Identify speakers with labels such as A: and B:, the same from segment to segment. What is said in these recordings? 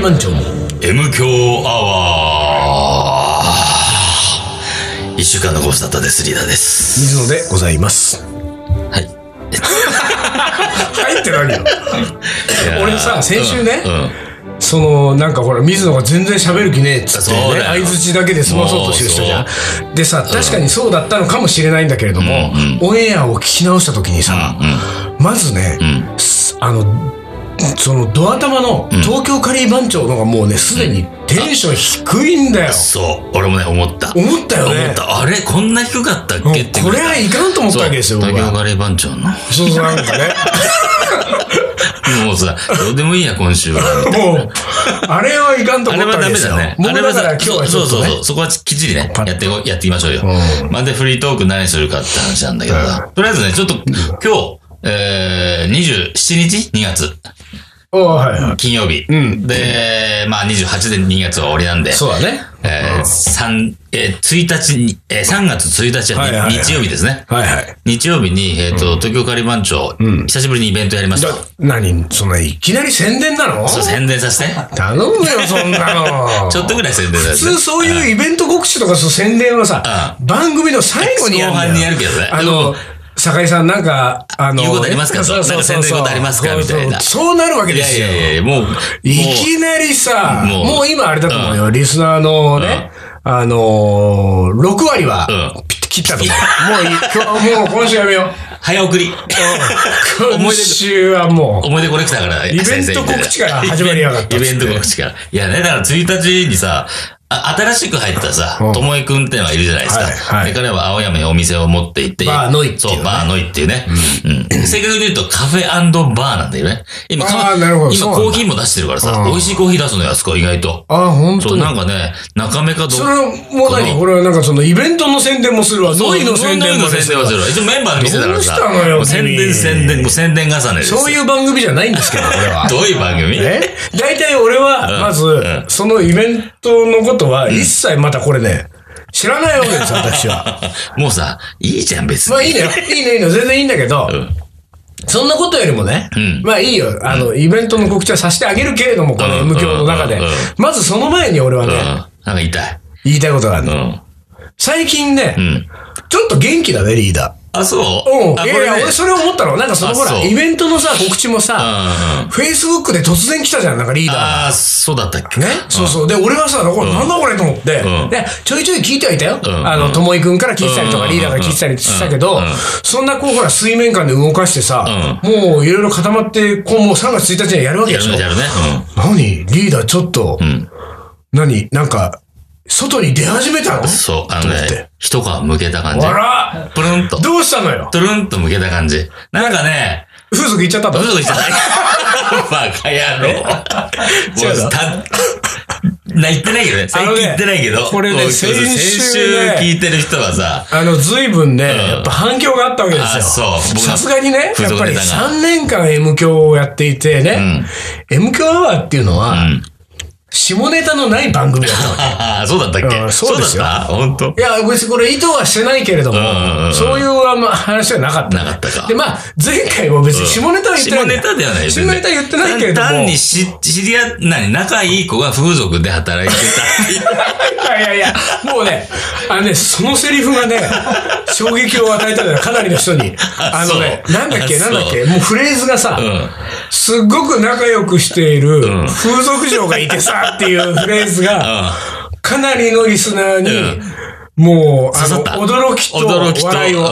A: マンチョの
B: M 強アワー一週間のご無沙汰です、リーダーです。
A: 水野でございます。
B: はい。
A: はいって何よ。俺さ、先週ね、
B: うん。
A: その、なんかほら、水野が全然喋る気ねえっつって、
B: そう
A: ね、
B: だよ
A: 相づちだけで済まそうとしてる人じゃ
B: も
A: ん。でさ、確かにそうだったのかもしれないんだけれども、オンエアを聞き直した時にさ、まずね、すあの、そのドア玉の東京カリー番長のがもうね、すでにテンション低いんだよ。
B: そう、俺もね、思った。
A: 思ったよね
B: 思った。あれ、こんな低かったっ
A: うん
B: けって。
A: これはいかんと思った
B: そう
A: わけですよ、
B: 竹
A: 僕
B: 岡
A: は。
B: ガレー番長の。
A: そうそう、なんか ね。
B: もうさ、どうでもいいや、今週は。
A: もう、あれはいかんと
B: あ
A: 思
B: れ
A: っ
B: は
A: たわけ
B: ダメ
A: ですよ。
B: だね。
A: も
B: あ
A: う
B: れ
A: だ
B: は
A: から
B: さ
A: 今日はち
B: そ
A: ょ
B: う
A: っと
B: そう
A: ね
B: そ。う。そこはきっちりね、やってこ、やっていきましょうよ。
A: うん
B: まあで、フリートーク何するかって話なんだけどさ。とりあえずね、ちょっと、今日、えー、27日 ?2 月。
A: おうはいはい。
B: 金曜日。
A: ん
B: で、まあ28で2月は終わりなんで。
A: そうだね。
B: えー、三えー、1日に、えー、3月1日は,、
A: はいはいはい
B: 日曜日ですね。
A: はいはい。
B: 日曜日に、えっ、と、東京カリバン長、久しぶりにイベントやりまし
A: じゃ
B: た。
A: あ、何そんないきなり宣伝なの
B: そう、宣伝さ せて。
A: 頼むよ、そんなの。
B: ちょっとぐらい宣伝さ
A: 普
B: せて。
A: 通そういうイベント告知とかそう宣伝はさ、番組の最後にやるんだよ
B: 後半にやるけどね
A: あの、酒井さんなんか、あの、
B: 言うことありますかと
A: そうそうそう
B: なんか宣伝言うことありますかみたいな
A: そうそうそうなるわけ
B: い
A: で
B: や
A: す
B: い
A: よ。
B: やいや、もう、もう
A: いきなりさ、
B: もう
A: もう今あれだと思うよ。リスナーのね、あのー、6割は
B: うん、
A: ピッて切ったと思う。もういい今日、もう今週やめよう。
B: 早 送り。 思い出
A: 今週はもう、
B: 思い出コレクターから、
A: ベ
B: イ
A: ント告知から始まりやがったっ
B: イ
A: つって
B: ベント告知から。いやね、だから1日にさ、あ新しく入ったさ
A: うん、
B: ともえくんってのがいるじゃないですか。
A: はいはい
B: で彼は青山にお店を持って行って。
A: バーノイっていうね
B: そう、バーノイっていうね。うん。正確に言うとカフェバーなんだよね。今、カ
A: あーなるほど
B: 今
A: そうなんだ
B: コーヒーも出してるから
A: う
B: さ
A: ん、
B: 美味しいコーヒー出すのよ、あそこ意外と。
A: あ、本
B: そ
A: 当
B: う、
A: に。
B: なんかね、中目かど
A: それはもう何これはなんかそのイベントの宣伝もするわ。ノイの宣伝
B: も
A: も
B: 宣
A: する
B: 伝
A: わ
B: はする。一応メンバーの店だからさ。
A: どうしたのよ
B: もう宣
A: 君
B: 伝、宣伝、もう宣伝重ねですよ。
A: そういう番組じゃないんですけど、これは。
B: どういう番組
A: え大体俺は、まず、そのイベントのことは一切またこれね、知らないわけ です、私は。
B: もうさ、いいじゃん、別に。
A: まあいいのよ。いいのいいの。全然いいんだけど、
B: ん
A: そんなことよりもね、
B: ん
A: まあいいよ。あの、イベントの告知はさせてあげるけれども、この
B: うん
A: M 響の中で
B: うんうん。
A: まずその前に俺は
B: うん。
A: ね、
B: なんか痛い。
A: 言いたいことがある
B: う
A: の。
B: ん。
A: 最近ね、
B: うん。
A: ちょっと元気だね、リーダー。
B: あ、そう
A: うん。
B: あ、
A: いやいや、
B: ね
A: 俺それ思ったの。なんかそのほ
B: あ
A: ら、
B: そう
A: イベントのさ、告知もさ、
B: うんうん。
A: フェイスブックで突然来たじゃん、なんかリーダーが。
B: あー、そうだったっけ
A: ね、そうそう。で、俺はさ、これなんだこれと思って、
B: うん
A: で、ちょいちょい聞いてはいたよ。
B: ん
A: あの、ともいくんから聞いてたりとか、
B: うん
A: リーダーから聞いてたりしたけ
B: う
A: ど
B: んうん、
A: そんなこう、ほら、水面下で動かしてさ、もういろいろ固まって、こう、もう3月1日にはやるわけ
B: や
A: でし
B: る
A: ょ
B: ね、。やるね。
A: 何リーダーちょっと、
B: ん
A: 何なんか、外に出始めたの
B: うん。そう、あの
A: と思って
B: ね、一皮むけた感じ。
A: あら
B: プルンと。
A: どうしたのよ
B: トゥルンとむけた感じ。なんかね、
A: 風俗行っちゃったの
B: どういうことした いバカ野 郎。も
A: 違うの
B: う、た、な、言ってないけどね。最
A: あの
B: 近
A: ね
B: 言ってないけど。
A: これね
B: もう
A: 先週ね
B: 聞いてる人はさ、
A: あの、随分ね、やっぱ反響があったわけですよ。
B: あそう僕
A: さすがにね、
B: 風
A: やっ
B: 俗
A: ぱ
B: ネ
A: り
B: タが
A: 3年間 M 教をやっていてね、M 教アワーっていうのは、
B: ん
A: 下ネタのない番組だったわ け。
B: ああ、そうだったっ
A: うん
B: け
A: そうですよ
B: だった本当
A: いや、別にこれ意図はしてないけれども、
B: んうんうん
A: そういうあの話はなかった。
B: なかったか
A: で、まあ、前回も別に下ネタは言ってない
B: 下
A: んだ
B: ネ
A: よ。
B: タではない
A: 下ネタ言ってないけれども。
B: 単単にし知り合い、なに、仲いい子が風俗で働いて
A: い
B: た。
A: やいやいや、もうね、あのね、そのセリフが ね、衝撃を与えたのよ、かなりの人に。あ
B: あ
A: のね、
B: そう
A: なんだっけ、
B: あ
A: な
B: そ
A: ん
B: う
A: だっけ、もうフレーズがさ、
B: うん
A: すっごく仲良くしている風俗嬢がいてさ、っていうフレーズが、かなりのリスナーに、もう、あ
B: 刺さ
A: の
B: った、
A: 驚きと
B: 驚きと
A: 笑いを
B: うん。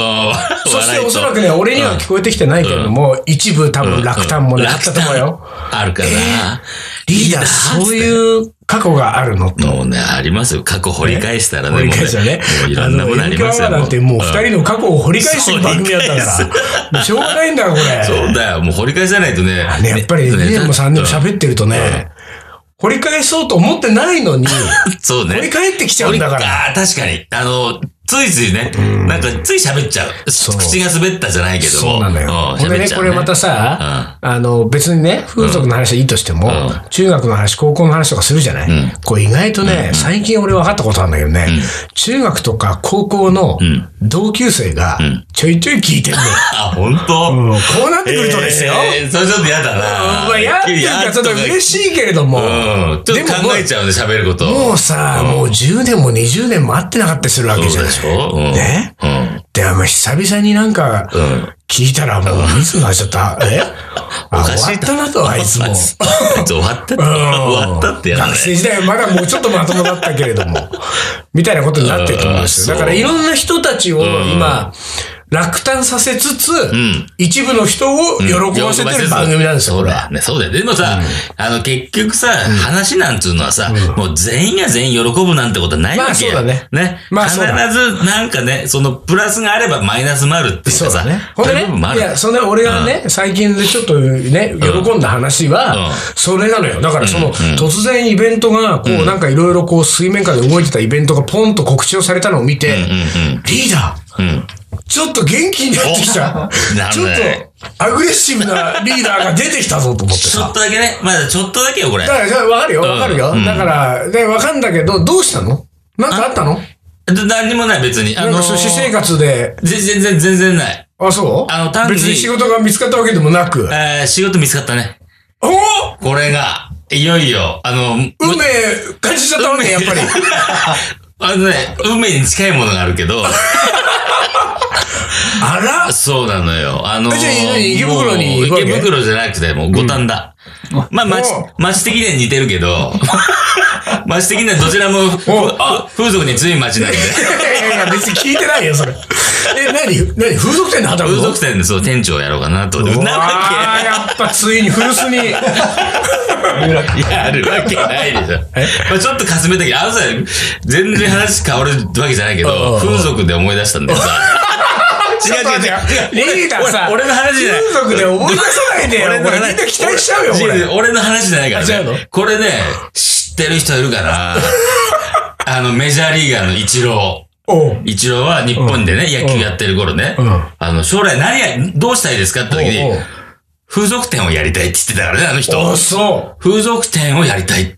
A: そして
B: 笑いと
A: おそらくね、俺には聞こえてきてないけれども、一部多分落胆もね、あったと思うよ。
B: あるかな。
A: リーダー、そういう過去があるのと。
B: もうね、ありますよ。過去掘り返したらね、もう
A: 折り返したね
B: もういろんなものありますよ。
A: あの M カーなんてもう
B: うん
A: 二人の過去を掘り返してる番組だったか
B: そう
A: ら。もうしょうがないんだよ、これ。
B: そうだよ。もう掘り返さないとね。
A: ね、やっぱり2年も3年も
B: っ
A: 喋ってるとね、掘 り返そうと思ってないのに、
B: そうね。
A: 掘り返ってきちゃうんだから
B: ああー、確かに。あの、ついついね、なんかつい喋っちゃう。
A: そう
B: 口が滑ったじゃないけども。
A: そうなのよ。
B: ん
A: ほんで
B: 喋っ
A: ね、
B: ちゃ
A: こ
B: う、
A: れまたさ、あの、別にね、風俗の話はいいとしても、中学の話、高校の話とかするじゃない、これ意外とね、最近俺分かったことなんだけどね、中学とか高校の同級生がちょいちょい聞いて るのよ。
B: あ、本当。
A: うんこうなってくるとですよ。
B: えーそれちょっと嫌だな。
A: まあ、やってるからちょっと嬉
B: しい。
A: しいけれども、
B: うん。ちょっと考えちゃうんで、喋ること。
A: もうさ、もう10年も20年も会ってなかったりするわけじ
B: そ
A: ゃ
B: う
A: な
B: で
A: い
B: しょうん。
A: ね
B: うん。
A: で、あの、久々になんか
B: ん、
A: 聞いたらもうミスがちゃった。 えあ、
B: かしい
A: 終わったなと、あいつも。
B: あいつあいつ終わったって、終わったってやだね
A: 学。生時代はまだもうちょっとまともだったけれども、みたいなことになってると思うんですよ。
B: うん
A: だからいろんな人たちを今、落胆させつつ、一部の人を喜ばせてる番組なんですよ、
B: そ
A: こ
B: う
A: れ。
B: だよね。そうだよ。でもさ、あの、結局さ、話なんつうのはさ、もう全員が全員喜ぶなんてことはないわけよ。
A: まあそうだね
B: ね。
A: まあ
B: 必
A: そうだ
B: ず、なんかね、その、プラスがあればマイナスもあるっていう
A: そ
B: か
A: う
B: さ
A: だ、ね。ほんで
B: そういう部分もあ
A: ね、い
B: る。
A: や、それ俺がね、最近でちょっとね、喜んだ話は
B: うん、
A: それなのよ。だからその、突然イベントが、こう、なんかいろいろこう、水面下で動いてたイベントがポンと告知をされたのを見て、リーダー、
B: うん。
A: ちょっと元気になってきた
B: おな。る
A: ち
B: ほ
A: ょ
B: ど
A: っ
B: ね
A: と、アグレッシブなリーダーが出てきたぞと思って
B: ちょっ
A: さ。
B: とだけね、まだちょっとだけよ、これ。
A: だから、じゃあわかるよ、わかるよ。だから、で、わかんだけど、どうしたのなんかあったの
B: で何にもない、別に。あ
A: なん
B: の
A: か
B: ー、
A: そう、私生活で、
B: ぜ全然、全然ない。
A: あ、そう
B: あの単に
A: 別に仕事が見つかったわけでもなく。
B: えー仕事見つかったね。
A: おお
B: これが、いよいよ、あの、
A: 運命感じちゃったわね、やっぱり。
B: あのね、運命に近いものがあるけど、
A: あら
B: そうなのよ。あのー
A: えじゃあ何池袋に
B: もう
A: 行くわけ
B: 池袋じゃなくて、もう五反田。まあ、町
A: おう、
B: 町的には似てるけど、 町的にはどちらも、
A: おう
B: ふあ風俗に強い町なん で。
A: いやいやいや、別に聞いてないよ、それ。え、なに、なに、風俗店で働
B: 風
A: くの
B: 俗店でそう、店長やろうかなと。
A: うわ
B: なわけ
A: ーやっぱついに古巣 に。
B: いや、あるわけないでしょ。まあちょっとかすめたけど、あのさ、全然話変わるわけじゃないけ
A: うんうん
B: ど、風俗で思い出したんだよさ。 違う
A: ちょっと待って
B: 違う違う。
A: リーダーさ
B: 俺俺の話じゃない。
A: 風俗で思い出さないでよ。
B: 俺
A: これみんな期待しちゃうよ、これ。
B: 俺の話じゃないから
A: あ違うの
B: ね。これね、知ってる人いる かなあの、メジャーリーガーのイチロー。
A: おう。
B: イチローは日本でね、野球やってる頃ね、
A: うん
B: あの、将来何や、どうしたいですかって時に
A: おうおう、
B: 風俗店をやりたいって言ってたからね、あの人。
A: あ、 そ
B: 風俗店をやりたい。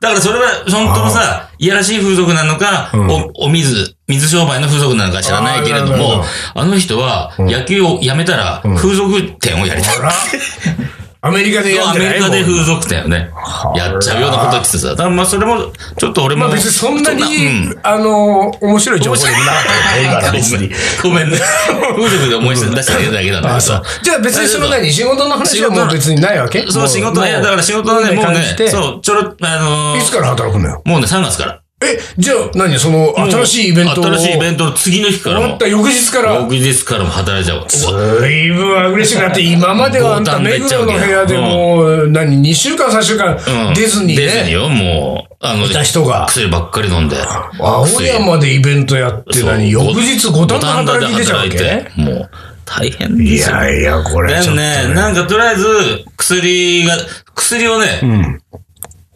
B: だからそれは、本当のさ、いやらしい風俗なのか、お、お水、水商売の風俗なのか知らないけれ
A: あ
B: ど
A: ーなるほ
B: も
A: ど、
B: あの人は野球をやめたら、風俗店をやりたい。
A: う。あら。アメリカでやるん
B: ア
A: じ
B: メ
A: ゃない
B: リカで
A: もう
B: 風俗店をね、やっちゃうようなことってさ、だからまあそれも、ちょっと俺も、
A: まあ別にそんなに
B: うん、
A: あの、面白い情報でもなかったよね、今の別に。
B: ごめんね。風俗で思い出しただけなんだけど
A: あ、そう
B: さ。。
A: じゃあ別にその何仕事の話はもう別にないわけ
B: そう、仕事は、いや、だから仕事はね、もうね、
A: そう。
B: そう、ちょろ、あの
A: いつ
B: ー、
A: から働くのよ。
B: もうね、3月から。
A: え、じゃあ何、その、新しいイベントを。
B: 新しいイベントの次の日から
A: 終わ
B: も
A: った。翌日から。
B: 翌日からも働いちゃう。
A: ずいぶんアグレッシブになって、今まではあんた、
B: 五反田
A: 目
B: 行っちゃ
A: 黒
B: う
A: の
B: わけ
A: 部屋でもう、何、2週間、3週間
B: うん、
A: ディズニー
B: ディズニ
A: ね。
B: ーをもう、あの、
A: いた人が
B: 薬ばっかり飲んで。
A: 青山でイベントやって
B: そう
A: 何翌日五反田
B: 五
A: 働き出ちゃうわ
B: で働
A: け
B: いてもう、大変
A: い
B: ですよ。
A: やいや、これ
B: で
A: ちょっ
B: も
A: と
B: ね、
A: ね。
B: なんかとりあえず、薬が、薬をね、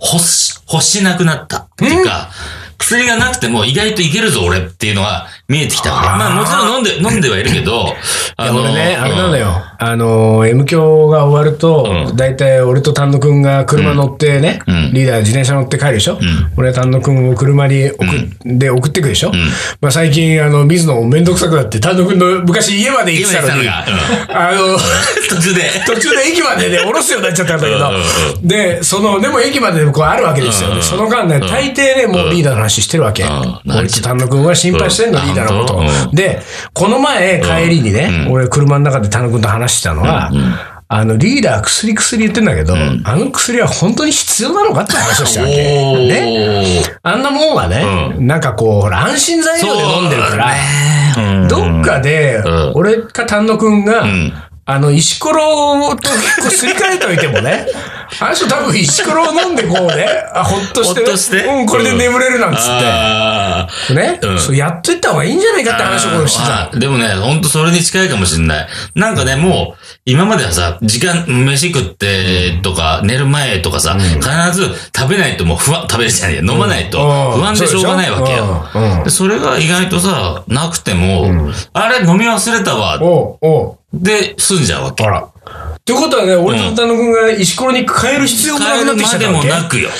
B: 欲し、欲しなくなった。っていうか、薬がなくても意外といけるぞ俺っていうのが見えてきたわけ。
A: あー
B: まあもちろん飲んで、飲んではいるけ
A: い
B: ど、あ
A: や俺ね、あれなの
B: よ。
A: よ。あの、M 響が終わると
B: う、ん
A: 大体俺と丹野くんが車乗ってね
B: ん、
A: リーダー自転車乗って帰るでしょ俺は丹野くんを車に送っで送ってくでしょまあ最近、あの、水野めんどくさくなって、丹野くんの昔家まで行
B: 今
A: ってた
B: 言ってた
A: の
B: の
A: に、
B: が、
A: あの、
B: うん 途中で。
A: 途中で駅までね、降ろすようになっちゃったんだけど
B: うんうん、
A: で、その、でも駅までこうあるわけですよ
B: うんう
A: ね。
B: ん
A: その間ね、大抵ね、もうリーダーの話してるわけ。
B: ん
A: 俺と丹野くんは心配してんの、
B: うん
A: リーダーのこ
B: あ本
A: と。で、この前帰りにね、俺車の中で丹野くんと話してたのは、あの、リーダー薬薬言ってんだけど、あの薬は本当に必要なのかって話をしたわけ。
B: おー。
A: ね。あんなもんはね、なんかこう、ほら、安心材料で飲んでるから、
B: うん
A: どっかで
B: ん、
A: 俺か丹野くんが
B: ん、
A: あの、石ころと結構すり替えといてもね、 あの人多分石黒を飲んでこうね、あ、ほっとして、ね、
B: ほっとして
A: うん、これで眠れるなんつっ
B: あ
A: て。ね、
B: うん
A: そうやっといった方がいいんじゃないかって話をこのしてた。
B: あーでもね、ほんとそれに近いかもしんない。なんかね、もう、今まではさ、時間、飯食ってとか、寝る前とかさ、必ず食べないともう不安、食べるじゃない飲まないと
A: うん
B: 不安でしょうがないわけよ。
A: そうでしょうんうん
B: でそれが意外とさ、なくても、あれ飲み忘れたわ、
A: おうおう
B: で済んじゃうわけ。
A: あら。ってことはね、俺と歌野くんが石ころに変える必要もなくなってきちゃった
B: 帰るま
A: わ
B: で
A: け
B: もなくよ。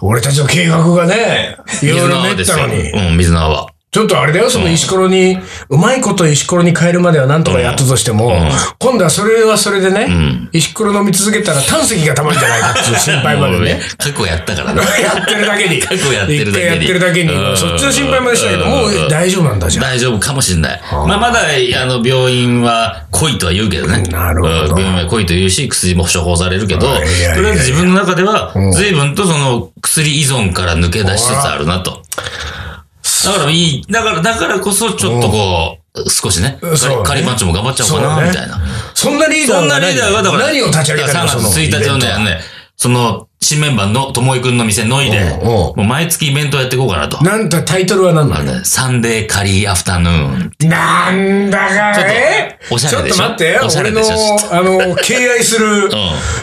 A: 俺たちの計画がね、いろいろ練ったの
B: 水
A: に。
B: 縄うん、水縄は。
A: ちょっとあれだよ、その石ころに、うまいこと石ころに変えるまではなんとかやったとしても、今度はそれはそれでね、石ころ飲み続けたら胆石が溜まるんじゃないかっていう心配ま でね。
B: 過去やったからね。
A: やってるだけに。
B: 過去やってる
A: 一
B: だけに
A: 回やってるだけに
B: う。ん
A: そっちの心配もでしたけど、もう大丈夫なんだじゃん。
B: 大丈夫かもしれない。まあ、まだ、あの、病院は濃いとは言うけどね。
A: なるほど
B: うん病院は濃いと言うし、薬も処方されるけど、と
A: いやいやいや
B: りあえず自分の中では、随分とその薬依存から抜け出しつつあるなと。だからいい、だから、だからこそちょっとこう、少しね、
A: うんそうだね
B: カリパンチョも頑張っちゃおうか
A: そうだ
B: な、
A: ね
B: みたいな。
A: そんなリーダー
B: そんなリーダーはだから、
A: 何を立ち上げたの
B: ?3 月1日のね、あのね、その、新メンバーの、ともいくんの店、ノイで、
A: うん
B: もう毎月イベントやっていこうかなと。
A: なんとタイトルは何な
B: あ
A: の
B: のねサンデーカリーアフタヌーン。
A: なんだか、
B: ちょっと
A: え
B: おしゃれで
A: ちょ
B: しょ
A: っと待って
B: お、しゃ
A: 俺
B: れ
A: の
B: でしょちょ、
A: あの、敬愛する、
B: ん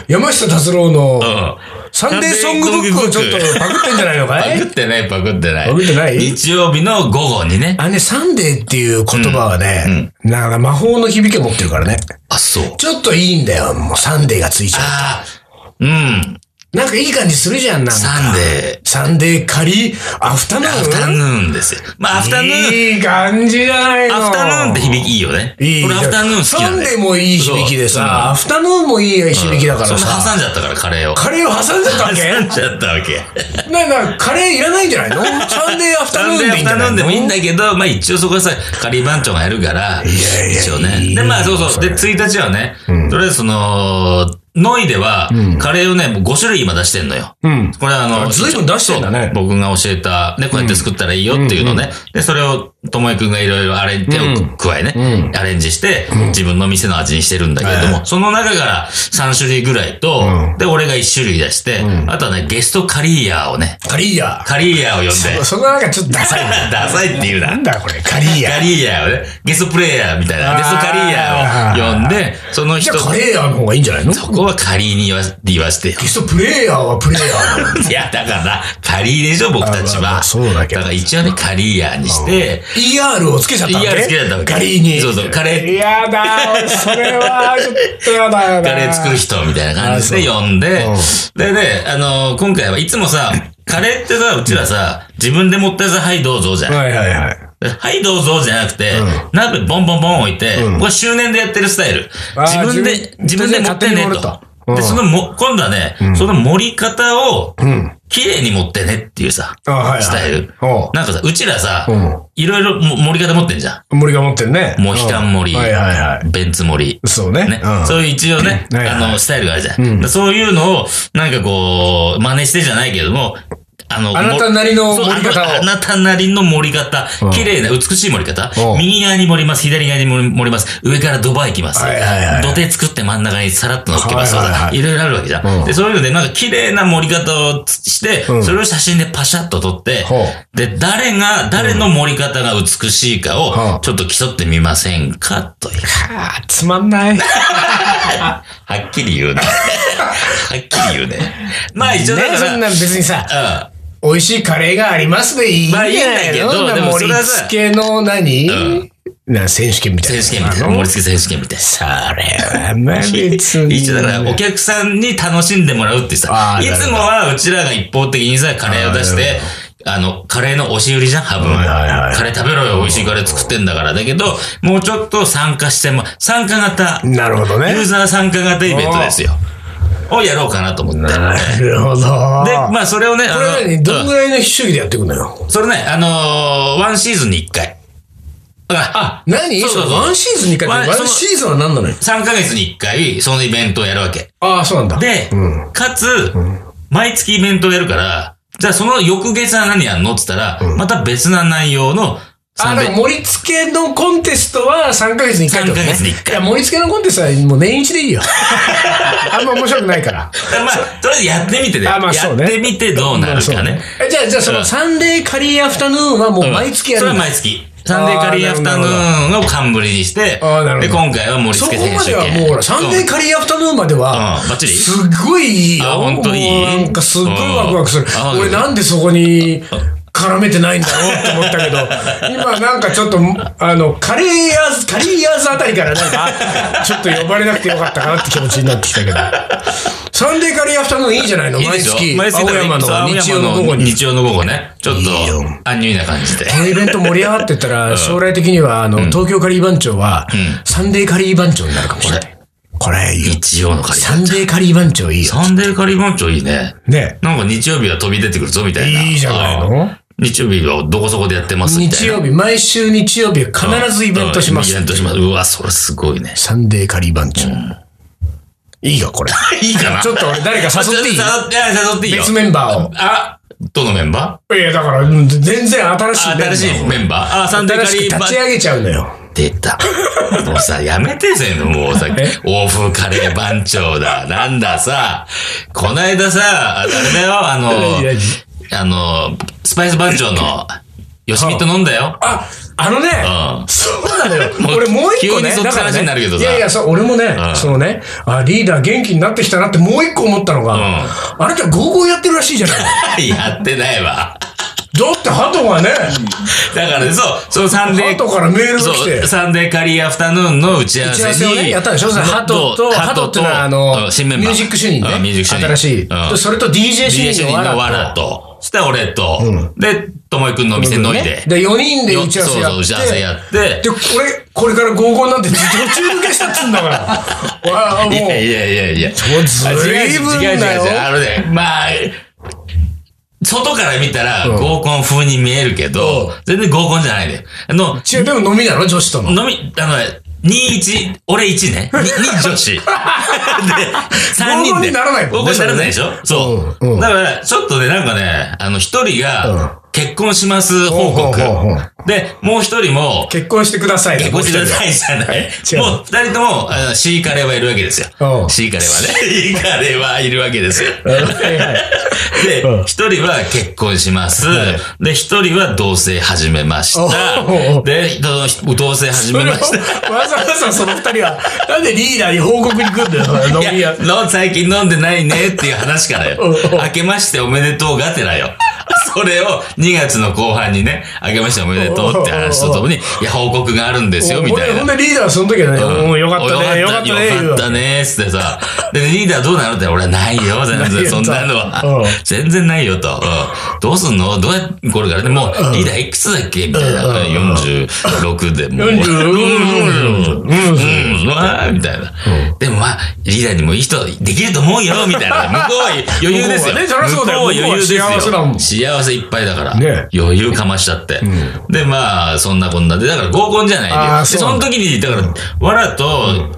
A: 山下達郎の、
B: うん。
A: サンデーソングブックをちょっとパクってんじゃないの
B: パ
A: か
B: ク
A: い
B: ってない、パクってない。
A: パクってない
B: 日曜日の午後にね。
A: あのね、サンデーっていう言葉はね、だから魔法の響きを持ってるからね。
B: あ、そう。
A: ちょっといいんだよ、もうサンデーがついちゃ
B: ああ、うん。
A: う。なんかいい感じするじゃん、なんか。
B: サンデ
A: サンデー仮、アフタヌーン
B: ー、アフタヌーンですよ。まあ、アフタヌーン、
A: いい感じじゃないの。
B: アフタヌーンって響きいいよね。
A: いい
B: 俺アフタヌーン好きな
A: サン
B: んだよ。
A: デーもいい響きで
B: そううん
A: さ、アフタヌーンもいい響きだから
B: そんな
A: さ、
B: 挟んじゃったから、カレーを。
A: カレーを挟んじゃったわ
B: 挟ん
A: け
B: じゃったわけ。
A: なんかカレーいらないんじゃないのサンデーアフタ
B: サ
A: ヌー
B: ン
A: ン
B: デー
A: で
B: ア
A: いいんじ
B: フ
A: ゃ
B: タ
A: な
B: ヌ
A: い
B: ーン
A: の
B: でもいいんだけど、まあ一応そこはさ、カリー番長がやるか
A: や
B: ら、
A: いや
B: 一応
A: い
B: ね。
A: い
B: で、まあそうそう。で、1日はね、とりあえずその、ノイでは、カレーをね、もう5種類今出してんのよ。
A: ん
B: これはあの、
A: 随分出してんだね
B: そう僕が教えた、ね、こうやって作ったらいいよっていうのね。で、それを、ともえくんがいろいろアレンジ、手を加えね、アレンジして、自分の店の味にしてるんだけれども、その中から3種類ぐらいと、で、俺が1種類出して、あとはね、ゲストカリーヤーをね、
A: カリーヤ
B: カリーヤーを呼んで、
A: ー。そこはなんかちょっとダサいな。
B: ダサいって言う
A: な
B: な。
A: んだこれ、カリーヤ
B: カ
A: ー。
B: リーヤーをね、ゲストプレイヤーみたいな、
A: あー
B: ゲストカリーヤーを呼んで、その
A: じゃ
B: 人
A: あ、カレーヤーの方がいいんじゃないのゲ
B: そこはカリーに言わ言わ せてよ。
A: ストプレイヤーはプレイヤーなの
B: いや、だから、カリーでしょ、僕たち
A: あまあまあ
B: は。
A: そうだけど
B: から一応ね、カリーヤーにして、
A: ER をつけちゃったわけ
B: ER つけちゃったわけ
A: カリーに。
B: そうそうカレー
A: やだ、それはちょっとやだよな。
B: カレー作る人みたいな感じで呼んで、でね、あのー今回はいつもさ、カレーってさ、うちらさ、自分で持ってさ、はいどうぞじゃん。
A: はいはいはい。
B: はい、どうぞじゃなくて、鍋ボンボンボン置いて、これ周年でやってるスタイル。
A: あー
B: 自分で、
A: 自
B: 自分
A: 分
B: で持ってね
A: 自分で勝手に盛
B: と
A: ると。うん
B: で、そのも、今度はね、その盛り方を、綺麗に持ってねっていうさ、
A: あはいはい
B: スタイル。
A: おう
B: なんかさ、うちらさ
A: ん、
B: いろいろも盛り方持ってんじゃ
A: 森が持ってるね。
B: ん。モヒカン盛り、
A: はいはいは
B: ベンツ盛り
A: い。。そうね。
B: ね
A: うん。
B: そういう一応ね、
A: うんはいは
B: あ
A: い
B: の、スタイルがあるじゃん。そういうのを、なんかこう、真似してじゃないけれども、あの、
A: あなたなりの
B: そう
A: 盛り方を
B: あのあなたなりの盛り方。綺麗な、美しい盛り方
A: う。ん
B: 右側に盛ります、左側に盛り盛ります、上からドバ行きます
A: はいはいは。い
B: 土手作って真ん中にさらっと乗っけますと
A: はいはい
B: か、
A: はい
B: いろいろあるわけじゃ。
A: うんん
B: で、そういうので、なんか綺麗な盛り方をして、
A: ん
B: それを写真でパシャッと撮って
A: ほう、
B: で、誰が、誰の盛り方が美しいか
A: う
B: を、
A: ん
B: ちょっと競ってみませんか、という。
A: あーつまんない。
B: はっきり言 うね。はっきり言うね。まあ 一応だ
A: ね、
B: から、
A: そんな別にさ、
B: うん。
A: 美味しいカレーがありますでいいんじゃない
B: まあいいんだけ
A: の
B: ど
A: そんな
B: でもそ
A: 盛
B: れ
A: り
B: は
A: 付
B: さ
A: けの何、な選手権みたい
B: 選
A: な。
B: 手権みたいな。
A: あの
B: 盛り付け選手権みたいな。
A: それはまあ別に。
B: 一応だから、お客さんに楽しんでもらうってさ
A: あ、ー
B: いつもはうちらが一方的にさ、カレーを出して、あの、カレーの押し売りじゃん、多分。
A: はいはいはい
B: カレー食べろよ、美味しいカレー作ってんだから。だけど、もうちょっと参加しても、参加型、
A: なるほどね
B: ユー。ザー参加型イベントですよ。をやろうかなと思って。で、
A: なるほど。で、
B: まあそれをね、あ
A: これ何どんぐらいの主義でやっていくのよ。
B: それね、あのーワンシーズンに1回。だからあ、
A: 何
B: そうそうそう
A: ワンシーズンにかけ
B: ワン
A: て、ワ
B: そ
A: ン
B: の
A: シーズンは何なのよ。
B: 3ヶ月に1回、そのイベントをやるわけ。
A: ああ、そうなんだ。
B: で、かつ、毎月イベントをやるから、じゃあその翌月は何やんのって言ったら、また別な内容の
A: あ、でも盛り付けのコンテストは3ヶ月に1回とかね。
B: 3ヶ月に1回
A: いや、盛り付けのコンテストはもう年一でい いよ。あんま面白くないから。
B: まあ、とりあえずやってみてね。
A: あまあそうね
B: やってみてどうなる
A: そう
B: かね。。
A: えじゃあ、じゃあそのサンデーカリーアフタヌーンはもう毎月や
B: そ
A: る
B: れ
A: ん
B: は
A: だ。
B: 毎月。サンデーカリーアフタヌーンを冠にして、で、
A: あーなるほど
B: 今回は盛り
A: そ
B: 付
A: こ
B: け選
A: ま
B: 手
A: ではもうほら、サンデーカリーアフタヌーンまでは、
B: うんバッチリ
A: すっごいいいよ。
B: あ本当いい
A: もうなんかすっごいワクワクする
B: うんあ。
A: 俺なんでそこに絡めてないんだろうって思った けど、今なんかちょっと、あの、カレーヤーズ、カリーヤーズあたりからなんか、ちょっと呼ばれなくてよかったかなって気持ちになってきたけど。サンデーカリーアフタヌーンいいじゃないの
B: いいで
A: 毎
B: すよ
A: 月。
B: 毎月
A: 青
B: だから
A: 山の
B: 青
A: 日曜
B: 山
A: の
B: の
A: 午後に。
B: 日曜の午後ね。ちょっと
A: いいよ、
B: 安入な感じで。
A: このイベント盛り上がってったら、将来的には、あの、東京カリー番長は、サンデーカリー番長になるかもしれない。これ、いいよ
B: 日曜のカリー
A: サンデーカリー番長いいよ。
B: サンデーカリー番長いいね。
A: ね。
B: なんか日曜日は飛び出てくるぞみたいな。
A: いいじゃない
B: うん
A: の
B: 日曜日はどこそこでやってますみたい
A: 日
B: な。
A: 曜日、毎週日曜日は必ずイベントしま
B: イ
A: す
B: ベン。トします。うわ、それすごいね。
A: サンデーカリー番長。いいよ、 これ。
B: いいかな
A: ちょっと俺誰か誘っていい
B: 誘っていや誘っていいよ。
A: 別メンバーを。
B: あ、どのメンバ
A: いや、だから、うん全然新しいメンバーを。
B: ー新しいメンバー。あ、サンデー
A: 新
B: カ
A: し
B: リー
A: く
B: 番
A: 立ち上げちゃうのよ。
B: 出た。もうさ、やめてぜ、もう さ、欧風カレー番長だ。なんださ、こないださ、あれだよ、あ
A: いやいや
B: の、あの、スパイス番長の、よしみと飲んだよ。
A: あ、あのね、
B: うん
A: そうなのよ
B: もう。
A: 俺もう一個ね、
B: 急にそっち
A: だからね
B: 話になるけどさ
A: いやいや、そう俺もね、
B: ん
A: そのね、あ、リーダー元気になってきたなってもう一個思ったのが、あなたゴーゴーやってるらしい じゃない。だ
B: やってないわ。
A: ってハトがね、
B: だからね、そう、そのサンデ
A: ハ
B: ー、
A: トからメールが来
B: そう、
A: て、
B: サンデーカリーアフタヌーンの打ち合わ
A: 打ち
B: せに。
A: 合わせをね、やったんでしょそれハトと、ハトっていうのはあ
B: う
A: の、
B: ん新メンバ
A: ミ
B: ー。
A: ュージック主任
B: う
A: ね。
B: んミュージック主
A: 新
B: 任。
A: しい。
B: うん
A: でそれと DJ 主
B: DJ 主
A: 任の
B: 任
A: わら
B: のわらと、そしたら俺と、で、ともえくんのお店のいで
A: ね。で、4人で打ち合わせや
B: そうそう、
A: っ
B: 打ち合わ
A: て
B: せ、やって
A: で、、これ、これから合コンなんて途中抜けしたっつうん だから。わあ、もう
B: い。やいやいやいや。
A: もうずいぶんだよ
B: 違う違う違う違うあのね、まあ、外から見たら
A: ん
B: 合コン風に見えるけど、全然合コンじゃないで。あの、
A: 違う、でも飲みなの女子との。
B: 飲み、あのね、21、俺1ね。2、二 女子。で、3
A: 合
B: 人
A: コン
B: で。
A: にならないもんね
B: 合コンにならないでしょそうう。
A: んうん
B: だから、ちょっとね、なんかね、あの、一
A: う
B: 人
A: ん
B: が、結婚します報告
A: ほうほうほうほ。
B: で、もう一人も、
A: 結婚してください。
B: 結婚してくださいじゃない
A: 違う
B: もう二人とも、あのシーカレーはいるわけです
A: う
B: よ。
A: ん
B: シーカレーはね。シーカレーはいるわけですよ。
A: はいはい
B: で
A: うん、
B: 一人は結婚します。で、一人は同棲始めました
A: お。
B: で、その同棲始めました。
A: わざわざその二人は、なんでリーダーに報告に来んだよ、飲
B: い
A: み
B: や
A: 屋。
B: の最近飲んでないねって いう話からよ。明けましておめでとうがてらよ。それを2月の後半にね、明けましておめでとうって話とともに、いや、報告があるんですよ、みたい
A: ほ
B: な。
A: んでリーダーはその時はね、
B: うん
A: もうよかったね、よかったね、
B: よ
A: 言う
B: かっ
A: わ
B: たね、つってさ。で、リーダーどうなのって俺はないよ、全
A: ない
B: 然、
A: よ
B: そんなの
A: う
B: は
A: ん。
B: 全然ないよと。うんどうすんのどうやって、これからね、もう、リーダーいくつだっけみたいな。46でもう。
A: 40
B: うんうん、うわーみたいな。でもまあ、リーダーにもいい人できると思うよ、みたいな。向こうは余裕です
A: 向こう
B: よ。
A: はねそりゃそうだよ
B: 向こうは余裕ですよ
A: 向こうは幸せだもん
B: 幸せいっぱいだから。
A: ね
B: 余裕かましちゃって。で、まあ、そんなこんなで、だから合コンじゃない
A: あー
B: で。
A: そう
B: で、そ
A: な
B: の
A: んだ
B: 時に、だから、わらと、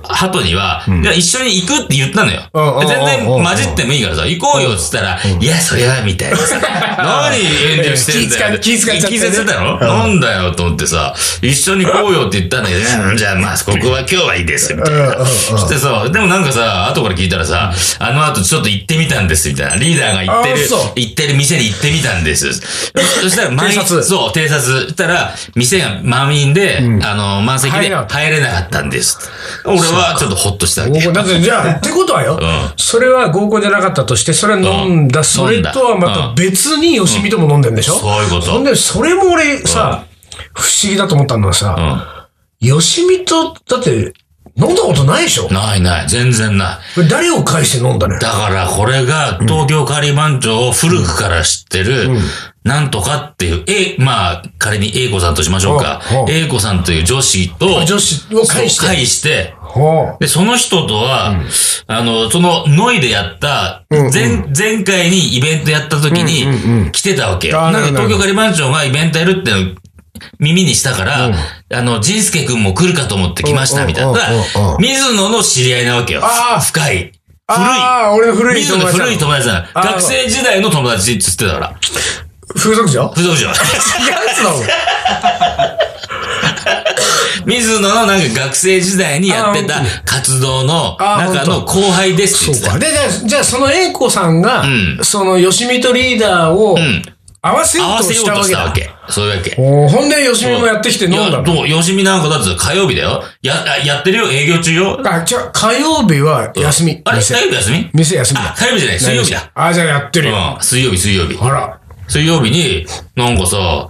B: ハトには、いや一緒に行くって言ったのよ
A: うんうん。
B: で全
A: うんうん
B: 然混じってもいいからさ、行こうよって言ったら、いや、それは、みたいなさ。何遠慮してんだよ。
A: 気遣っ気遣っちゃってね
B: 気遣っちゃったのなんだよと思ってさ、一緒に行こうよって言ったんだけど、うんじゃあまあ、ここは今日はいいですよ、みたい
A: うんうんう
B: な。
A: ん
B: そしてさ、でもなんかさ、後から聞いたらさ、あの後ちょっと行ってみたんです、みたいな。リーダーが行ってる
A: あそう、
B: 行ってる店に行ってみたんです。そしたら、満員
A: 偵察
B: そう、偵察。したら、店が満員で、あの、満席
A: 入れ
B: で
A: なかった
B: 入れなかったんです。俺はちょっとほっとしたわ
A: 合コ
B: け
A: ン。だってじゃあ、ってことはよ
B: ん、
A: それは合コンじゃなかったとして、それは飲んだ、それとはまた別によしみとも飲んでんでしょ
B: そういうこと
A: ほんで、それも俺さ、不思議だと思ったのは
B: う
A: さ、
B: ん。
A: よしみと、だって、飲んだことないでしょ
B: ないない、全然ない。
A: 誰を介して飲んだのよ
B: だからこれが東京カリー番長を古くから知ってる、なんとかっていう、え、まあ、仮に A 子さんとしましょうか
A: うんう。ん
B: A 子さんという女子と、
A: 女子を介して
B: そう介して
A: ほう
B: で、その人とは、あの、その、ノイでやった、前、前回にイベントやった時に、来てたわけよ。
A: あー
B: なんか
A: なるほど
B: 東京カリー番長がイベントやるっていうのを耳にしたから、あの、ジンスケ君も来るかと思って来ました、みたいな。
A: うん
B: だ
A: うん
B: か
A: うんうん
B: ら水野の知り合いなわけよ。
A: あー
B: 深い。古い。
A: ああ、俺の古い
B: 水
A: 友
B: 野の
A: 達。
B: 古い友達なの。
A: あ
B: 学生時代の友達って言ってたから。
A: 風俗嬢
B: 不動産。
A: 違うやつだもん。
B: 水野のなんか学生時代にやってた活動の中の後輩です
A: そ
B: っ
A: う
B: て言っ
A: か。
B: て
A: で、じゃあ、じゃあその英子さんが、
B: ん
A: その、吉見とリーダーを
B: ん、
A: 合わせよ
B: た。合
A: う
B: わ
A: と
B: せよ
A: し
B: う
A: た
B: と
A: わ
B: し
A: け
B: た
A: だ
B: わ。け。そういうわけ。
A: おーほんで、吉見もやってきて飲んだ
B: いや
A: の。
B: どうよしみなんかだって火曜日だよ。や、あやってるよ、営業中よ。
A: あ、じゃあ、火曜日は休み。
B: あれ火
A: 店
B: 曜日休み
A: 店休み
B: あ
A: だ。
B: 火曜日じゃない、水曜日だ。
A: あ、じゃあやってるよ。
B: うん、水曜日、水曜日。
A: あら。
B: 水曜日に、なんかさ、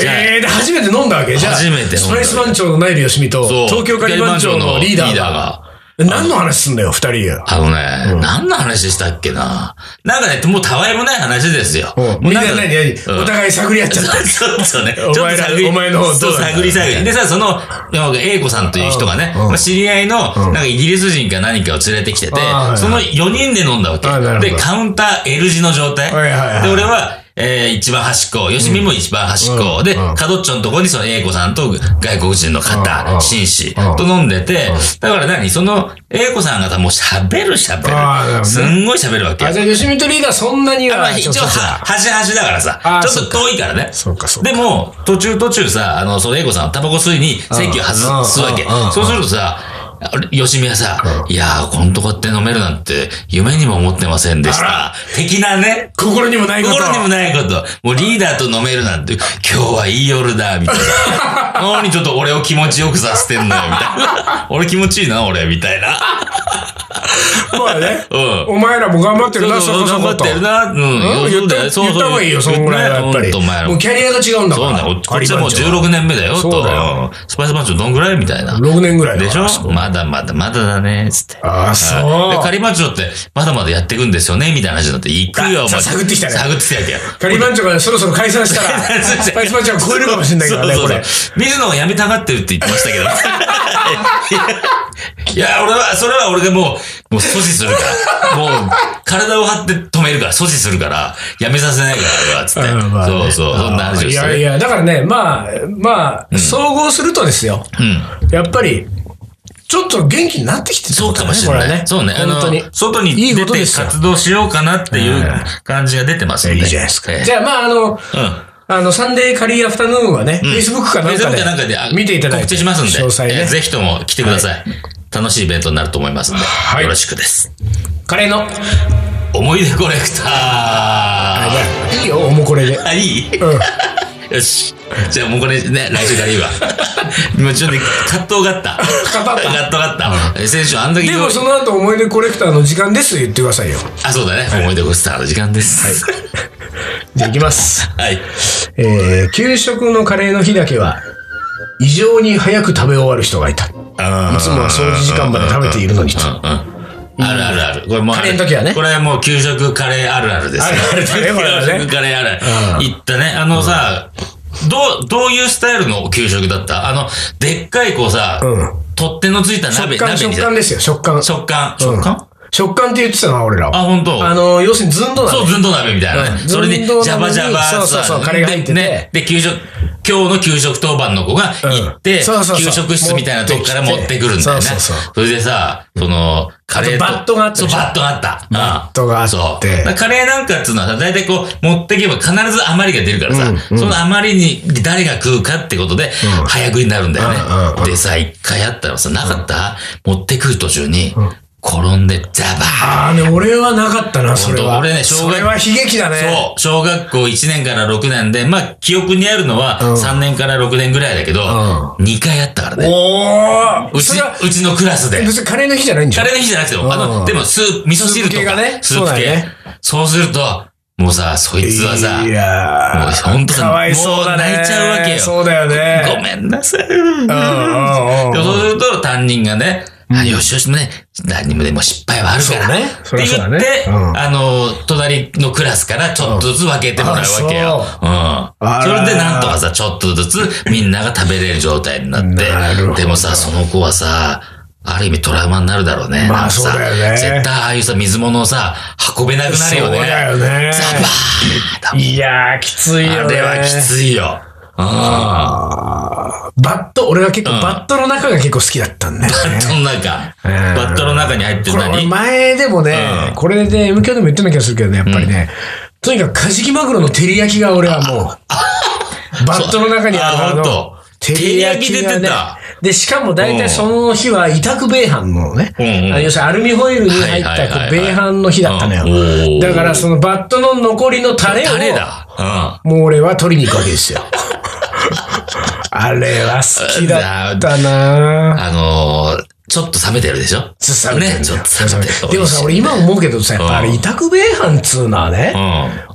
B: じゃあ
A: えー、で、初めて飲んだわけじゃあ、
B: 初めて飲んだ
A: スパイス番長のナイル吉見と、
B: そう
A: 東京カリバン長のリーダーが。何の話すんだよ、二人が。
B: あのね、何の話でしたっけな。なんかね、もうたわいもない話ですよ。
A: うん
B: も
A: みん
B: う
A: な
B: か
A: 何何
B: うん
A: お互い探り合っちゃった。
B: そうそうね。ちょっ
A: お前
B: と
A: ら
B: 探り、
A: お前の方
B: そう
A: どうなんだ
B: 探り探り。でさ、その、なんか A 子さんという人がね、
A: うん
B: まあ知り合いの、なんかイギリス人か何かを連れてきてて
A: あーはいは、い
B: その4人で飲んだわけ
A: あーなる。ほど
B: で、カウンター L 字の状態。で、
A: はいはいはい
B: 俺は、えー、一番端っこ、吉見も一番端っこ、
A: うん
B: で、
A: うん
B: 角っちょのとこにその A 子さんと外国人の
A: うんう
B: 方、
A: ん
B: 紳士
A: うん
B: と飲んでて、だから何その A 子さんがもう喋る
A: あーなる
B: 喋
A: ほど
B: る。
A: ね
B: すんごい喋るわけ
A: あ、。じゃあ、吉見とリーダーそんなに
B: あまあ
A: は、
B: 一
A: ち
B: 応
A: ょっと
B: は、
A: さ
B: 端々だからさ
A: あ、ー
B: ちょっと遠いからね。
A: そうか、そうか。
B: でも、途中途中さ、あの、その英子さんはタバコ吸いに席を外すわけ
A: うんうんう。ん
B: そうするとさ、あれ吉見はさ、いやー、こんとこって飲めるなんて、夢にも思ってませんでした。的なね。
A: 心にもないこと。
B: 心にもないこと。もうリーダーと飲めるなんて、今日はいい夜だ、みたいな。 何ちょっと俺を気持ちよくさせてんのよ、みたいな。俺気持ちいいな、俺、み たいな。
A: まあね。
B: うん。
A: お前らも頑張ってるな、そ
B: そう
A: こそ
B: 頑張
A: こ
B: っ
A: と。
B: てるな。うん。
A: うん言
B: そう
A: っ
B: だよ
A: た
B: そう
A: 言った方がいいよ、そんぐらいはやっぱ
B: 言
A: り。
B: たほんとお前ら
A: もうキャリアが違うんだ
B: そう
A: から。
B: だよ。こっちはもう
A: カリバン
B: 16年目だよ、と。
A: そうだよ
B: スパイス番長どんぐらいみたいな。
A: 6年ぐらいだ
B: で
A: か
B: し
A: ら
B: ょまだまだ、まだだね、つって。
A: ああ、そう。
B: で、カリバンチョって、まだまだやってくんですよねみたいな話になって、行くよ、お前。
A: あ探ってきたね
B: 探ってきたわけよ。
A: カリバンチョがそろそろ解散した ら、スパイスバンチョが超えるかもしれないからね、
B: そう
A: こ
B: そうそう
A: れ。
B: 水野が辞めたがってるって言ってましたけど。いや、俺は、それは俺がもう、もう阻止するから。もう、体を張って止めるから、阻止するから、辞めさせないから、俺は、つって。
A: うんまあね
B: そうそう、そんな話を
A: い
B: して
A: や
B: ね。
A: いや、だからね、まあ、まあ、総合するとですよ。
B: うん。
A: やっぱり、ちょっと元気になってきてるって
B: そ
A: こ
B: う
A: と
B: か
A: だ
B: も
A: ね
B: しれない。
A: こはね
B: そうね。あの
A: 本当に。
B: 外に
A: いい
B: 出
A: こと
B: て
A: ですよ。
B: 活動しようかなっていう感じが出てますね。
A: いいじゃないですか。
B: ええ
A: じゃあ、まあ、あの、
B: うん。
A: あの、サンデーカリーアフタヌーンはね、Facebook かなんか
B: Facebook
A: で
B: かなんかであ
A: 見ていただいて、
B: 告知しますんで。
A: 詳細
B: えー
A: ね。
B: ぜひとも来てください。楽しいイベントになると思いますんで。
A: い
B: よろしくです。
A: カレーの、
B: 思い出コレクター。あ
A: いいよ、おもこれ で。
B: いい、
A: うん。
B: よし。じゃあもうこれね、来週から いいわ。今ちょっと葛藤があった。葛
A: 藤あった
B: があった。えー先週あんだけ
A: で
B: 言おう
A: も、その後、思い出コレクターの時間です言ってくださいよ。
B: あ、そうだね。思い出コレクターの時間です。
A: じゃあ、いきます。
B: はい。
A: えー、給食のカレーの日だけは、異常に早く食べ終わる人がいた。いつも
B: あー
A: は掃除時間まで食べているのにと。
B: うんうんあるあるある。これもうある
A: カレーの時はね
B: これはもう給食カレーあるあるです
A: あるあるだねこれはね
B: 給食カレーある
A: う。ん
B: 行ったね。あのさ、どう、どういうスタイルの給食だったあの、でっかいこうさ
A: うん、
B: 取っ手のついた
A: 食
B: 鍋、
A: 感、
B: 鍋に
A: 食
B: さ
A: 感、ですよ、食感。
B: 食感。
A: うん
B: 食感
A: 食感って言ってたな、俺らは。
B: あ本当
A: あの、要するにずんどな
B: そう、ずんど鍋みたいなね。
A: うん
B: それに、
A: ずん
B: ジ
A: ど
B: ャ
A: 鍋
B: バ
A: に
B: ジャバ
A: そうそうそう
B: さ
A: カレーが入ってて
B: でね。で、給食、今日の給食当番の子が行って、
A: うんそうそうそう
B: 給食室みたいなとこから持
A: 持
B: っ
A: っててきて
B: くるんだよね。
A: そうそうそ
B: それでさ、その、カレ
A: あ
B: ー
A: とバットがあった
B: そ
A: で
B: う、
A: しょ
B: バットがあった。バ
A: ットがあって
B: カレーなんかっつうのはさ、大体こう、持ってけば必ず余りが出るからさ、その余りに誰が食うかってことで、早食いになるんだよね。
A: うんうんうん
B: でさ、一回あったらさ、なかった、持ってくる途中に、転んで、ジャバーン
A: ああね、俺はなかったな、それは。
B: 俺ね小
A: そ
B: 学
A: れは悲劇だね。
B: そう。小学校1年から6年で、まあ、記憶にあるのは
A: ん
B: 3年から6年ぐらいだけど、2回あったからね。
A: お
B: う
A: お
B: ち
A: それは、、
B: うちのクラスで。
A: 別にカレーの日じゃないんじゃ
B: カ
A: ん
B: レーの日じゃなくて
A: う
B: も、
A: ん
B: あの、でも、スープ、味噌汁と
A: スープ系
B: か
A: がね
B: スー
A: そ
B: プ
A: うだ
B: 系
A: よね。
B: そうすると、もうさ、そいつはさ、
A: い
B: も
A: や
B: うほんと
A: ー
B: さ、
A: かわいそうだね。
B: もう泣いちゃうわけよ。
A: そうだよね。
B: ごめんなさい。
A: うんうんうん
B: でもそうすると担任がね、あよしよしもね、何にもでも失敗はあるから。
A: そうね
B: って
A: そり
B: 言
A: ゃ
B: っ
A: そう
B: て、
A: だねうん
B: あの、隣のクラスからちょっとずつ分けてもらうわけよ。うん。
A: あ
B: そ
A: そう
B: れでなんとかさ、ちょっとずつみんなが食べれる状態になっ
A: なるほど
B: て。でもさ、その子はさ、ある意味トラウマになるだろうね。
A: まあ
B: なんかさ
A: そうだよね
B: 絶対ああいうさ、水物をさ、運べなくなるよね。
A: そうだよね
B: ザバーンだもん
A: いやー、きついよ
B: あ
A: ね。
B: れはきついよ。うん。
A: あーバット、俺は結構、
B: ん
A: バットの中が結構好きだったんだよ
B: バ
A: ね
B: ッ。トの中。
A: ん
B: バットの中に入って
A: これ俺
B: 何
A: 前でもね、これで M 響でも言ってな気がするけどね、やっぱりね、 とにかくカジキマグロの照り焼きが俺はもう、バットの中に
B: あ、
A: あ
B: ほん
A: るあの、
B: と。
A: 照
B: り焼き
A: がね
B: 出てた。
A: で、しかも大
B: うん
A: 体その日は委託米飯のね、
B: うんうん
A: あ要するにアルミホイルに入っ
B: はいはいはい
A: た
B: はい
A: こう米飯の日だったの
B: うんお
A: よ。
B: ー
A: だからそのバットの残りのタレを、
B: 誰だ
A: もう俺は取りに行くわけ ですよ。あれは好きだった
B: う。
A: なんぁ。
B: あのー、ちょっと冷めてるでしょ
A: ちょっと冷めてる
B: ね、
A: んだ
B: ちょ
A: よ
B: っと冷めてる。
A: でもさ、
B: 美
A: 俺
B: 味しい
A: 今思うけどさ、やっ
B: うん
A: ぱあれ委託米飯っつうのはね、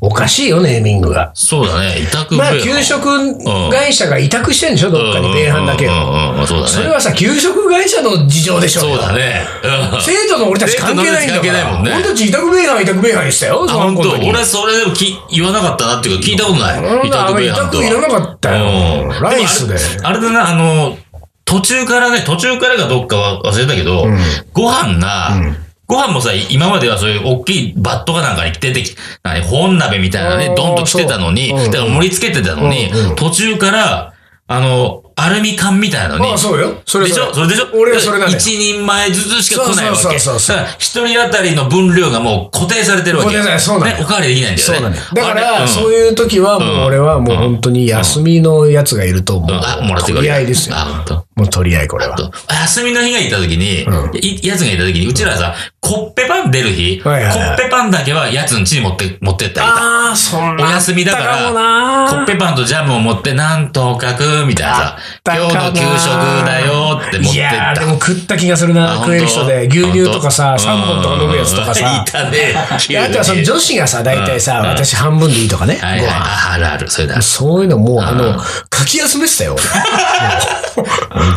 B: う
A: お
B: ん。
A: かしいよ、ネーミングが。
B: そうだね、委託
A: まあ、
B: 米飯
A: 給食会社が委託してんでしょ、どっかに米飯だけを
B: うんうんうんうんそうだね。
A: それはさ、給食会社の事情でしょ
B: そうだね。うん
A: 生徒の俺たち関係ないんだか
B: 生徒の俺たち関係
A: ら。
B: ないもんね
A: 俺たち委託米飯、委託米飯したよ、
B: あ、
A: そ
B: 本
A: の
B: 当。
A: 時
B: 俺、それでもき言わなかったなっていうか、聞いたことない。
A: 委託米飯。委託いらなかったよ。
B: うん
A: ライスで。
B: もあれあれだな、あの、途中からね、途中からがどっかは忘れたけど、ご飯な、ご飯もさ、今まではそういう大きいバットかなんかに出てき、何、本鍋みたいな
A: あ
B: ね
A: ー、
B: ドンと来てたのに、
A: そううん
B: だから盛り付けてたのに、
A: うん
B: 途中から、あの、アルミ缶みたいなのに、
A: ああ、そうよ。それ
B: でしょそれでしょ
A: 俺はそれなんだよ。
B: 一人前ずつしか来ないわけ。
A: そうそうそうそう
B: だから一人当たりの分量がもう固定されてるわけ。
A: 固定されそうなんだよ
B: ね、おかわりできないんだよね。
A: そうなんだよ。だか
B: あれ
A: ら、
B: ん
A: そういう時は、もう俺はもう本当に休みのやつがいると思う。
B: うんあ、もらってく
A: 取り合いですよ
B: あ、。本当。
A: もう取り合い、これは。
B: と休みの日がいた時に、
A: う
B: いやつがいた時に、うちらはさ、コッペパン出る日、
A: はいはいはい
B: コッペパンだけはやつん家に持って、持ってってあげた。
A: ああ、そん
B: お休みだから
A: あったもな
B: コッペパンとジャムを持って、なんとかく、みたいなさ
A: あっ、た
B: 今日
A: かな
B: の給食だよって持っ
A: い
B: てっ
A: やーで
B: た
A: も。食った気がするな、
B: あ
A: 食える人で。
B: 本当
A: 牛乳とかさ
B: 本、当
A: 3本とか飲むやつとか
B: うん
A: さ
B: い。たね。
A: であとはその女子がさ、大体さ、
B: うん
A: 私半分でいいとかね、
B: はい
A: ご
B: はい、
A: 飯。
B: ああるある、それだ。
A: そういうのもう、あ
B: う
A: の
B: ん、
A: かき休めてたよ。俺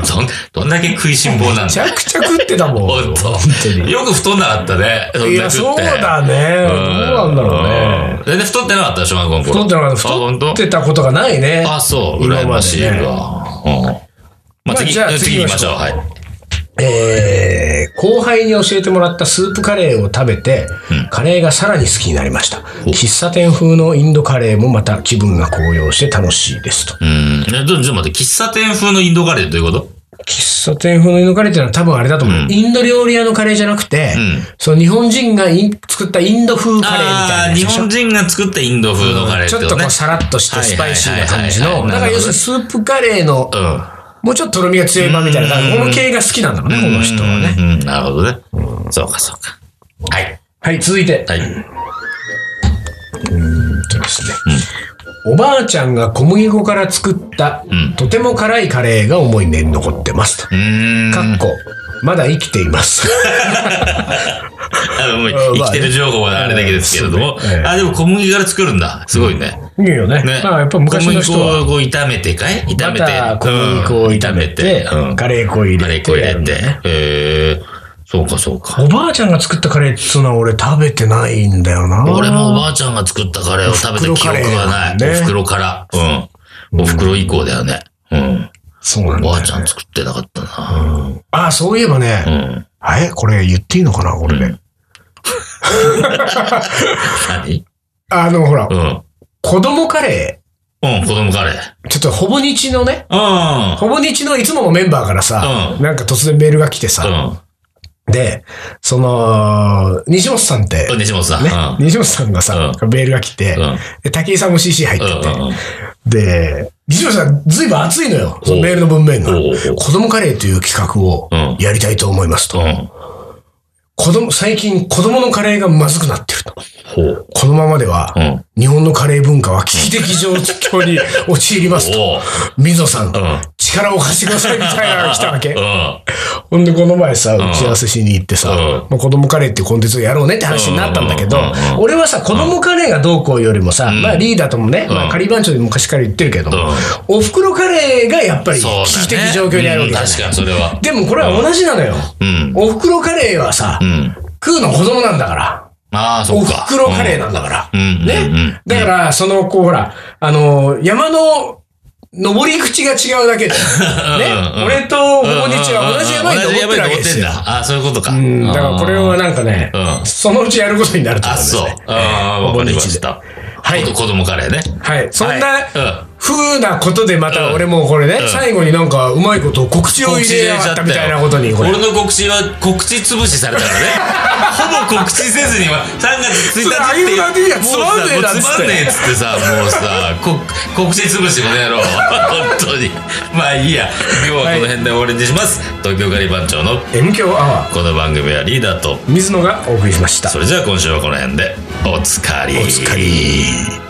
B: どん、どんだけ食いしん坊なん
A: めち
B: だ。
A: ゃくちゃ食ってたもん。本
B: 本
A: 当
B: 当
A: に。
B: よく太んなかったね。そん
A: い
B: な
A: や、
B: 食
A: そ
B: っ
A: う
B: て
A: だね。どうなんだろうね。。
B: ん全然太ってなかったでしょ、小学校
A: 太ってなかった。
B: あ本当
A: 太ってたことがないね。
B: あ、そう、
A: 今までね
B: 羨ましいわ。うん。ま
A: まあ
B: あ次、
A: じゃあ
B: 次
A: 次
B: 行
A: 行き
B: きま
A: ま
B: し
A: し
B: ょ
A: ょ
B: う。
A: う
B: はい。
A: えー後輩に教えてもらったスープカレーを食べて、カレーがさらに好きになりました。喫茶店風のインドカレーもまた気分が高揚して楽しいですと。
B: うん。え、ちょ、ちょ、待って、喫茶店風のインドカレーどういうこと
A: 喫茶店風のインドカレーっていうのは多分あれだと思う。インド料理屋のカレーじゃなくて、
B: ん
A: その日本人がイン作ったインド風カレーみたいな
B: あ
A: や
B: あ、
A: つ
B: 日
A: でしょ
B: 本人が作ったインド風のカレー
A: ち
B: って
A: ょ
B: こ
A: っ
B: と
A: と
B: ね
A: こう。さらっとしてスパイシーな感じ
B: はいはい
A: の。
B: はいは
A: だ
B: い
A: から要するにスープカレーの、
B: うん。
A: もうちょっととろみが強い版みたいな。だからこの系が好きなんだろうね、この人はね。
B: うん、なるほどね。そうか、そうか。はい。
A: はい、続いて。
B: はい。
A: とですね、おばあちゃんが小麦粉から作った、とても辛いカレーが思い出に残ってます。
B: うーん。
A: かっこ、まだ生きています。
B: あ のもう
A: うん
B: 生
A: まあ
B: きてる情報はあれだけですけれども。
A: そうねええ
B: あ、でも小麦から作るんだ。すごいね。
A: いいよね。
B: ね。
A: まあ、やっぱ昔の人
B: 小麦粉
A: は、
B: をこう炒めてかい炒
A: バ
B: め
A: タ
B: て。
A: ー、小麦粉を炒めて、
B: うん
A: カレー粉入
B: カレ
A: れ
B: ー粉
A: て
B: 入
A: やる
B: れ
A: ん
B: て。
A: だよね。
B: へえ。そうか、そうか。
A: おばあちゃんが作ったカレーっつうのは俺食べてないんだよな。
B: 俺もおばあちゃんが作ったカレーを食べた記憶がな
A: お袋カレーだもん
B: い。
A: ね
B: お袋から。うん。お袋以降だよね。うん。
A: そうなんだ
B: お
A: よ
B: ばあちゃん作ってなかったな。
A: ああ、そういえばね、
B: うん。
A: え、これ言っていいのかな、俺ね。
B: 何
A: あの、ほら、
B: うん。
A: 子供カレ
B: うん、子供カレー。
A: ー、ちょっとほぼ日のね、
B: うん。
A: ほぼ日のいつものメンバーからさ、
B: う
A: なんか突然メールが来てさ、
B: うん。
A: で、その、西本さんって、
B: 西本さん。
A: ね、西本さんがさ、メールが来て、
B: うん
A: で武井さんも CC 入って
B: うん。うん
A: て、
B: うんうん。
A: で、西本さんずいぶん熱いのよ、その
B: おう
A: メールの文面が。
B: おうおう
A: 子供カレーという企画を
B: うん
A: やりたいと思いますと。
B: うん。
A: 子供、最近子供のカレーがまずくなってると。
B: ほう。
A: このままでは、
B: うん。
A: 日本のカレー文化は危機的状況に陥りますと。
B: おう。
A: 水野さん、
B: うん。
A: 力を貸してくださいみたいなのが来たわけ
B: う。ん。
A: ほんで、この前さ、打ち合わせしに行ってさ、
B: うん
A: まあ、子供カレーっていうコンテンツをやろうねって話になったんだけど
B: うんうんうんう、ん
A: 俺はさ、子供カレーがどうこうよりもさ、まあリーダーともね、
B: ん
A: まあカリー番長でも昔から言ってるけども、
B: う
A: お袋カレーがやっぱり危
B: そうだね
A: 機的状況にあるわけじゃ
B: うん確かにそれは。
A: でもこれは同じなのよ。
B: うん。
A: お袋カレーはさ、
B: うん。
A: 食うの子供なんだから。
B: ああ、そ
A: お
B: っか。
A: 袋カレーなんだから。
B: うんうんうんうん
A: ね。だから、その、こう、ほら、あの、山の、登り口が違うだ けで。ね
B: うん。
A: 俺と、ほぼ日は同じ山に登ってるわけですよ。
B: あ、そういうことか。
A: うんだからこれはなんかね
B: う、ん
A: そのうちやることになると
B: あ、
A: 思うんです
B: そう
A: ね。。
B: ああ、わかりました。
A: はい
B: 子供カレーね。
A: はい。そんな
B: はいうん、
A: 風なことでまた俺もこれね、最後になんかうまいこと告知を入れやがったみたいなことにこれ
B: 俺の告知は告知潰しされた からね。ほぼ告知せずに、まあ3月1日っていう。
A: ああいう感じにはつまんねえなっつ
B: も
A: って
B: うさもうつまんねえっつってさ、もうさ、こ告知潰しもねやろう。本当に。まあいいや。今日はこの辺で終わりにします。東京ガリ番長の
A: M 強アワ
B: この番組はリーダーと、
A: ー水野がお送りしました
B: それじゃあ今週はこの辺で、おつかり。
A: おつかり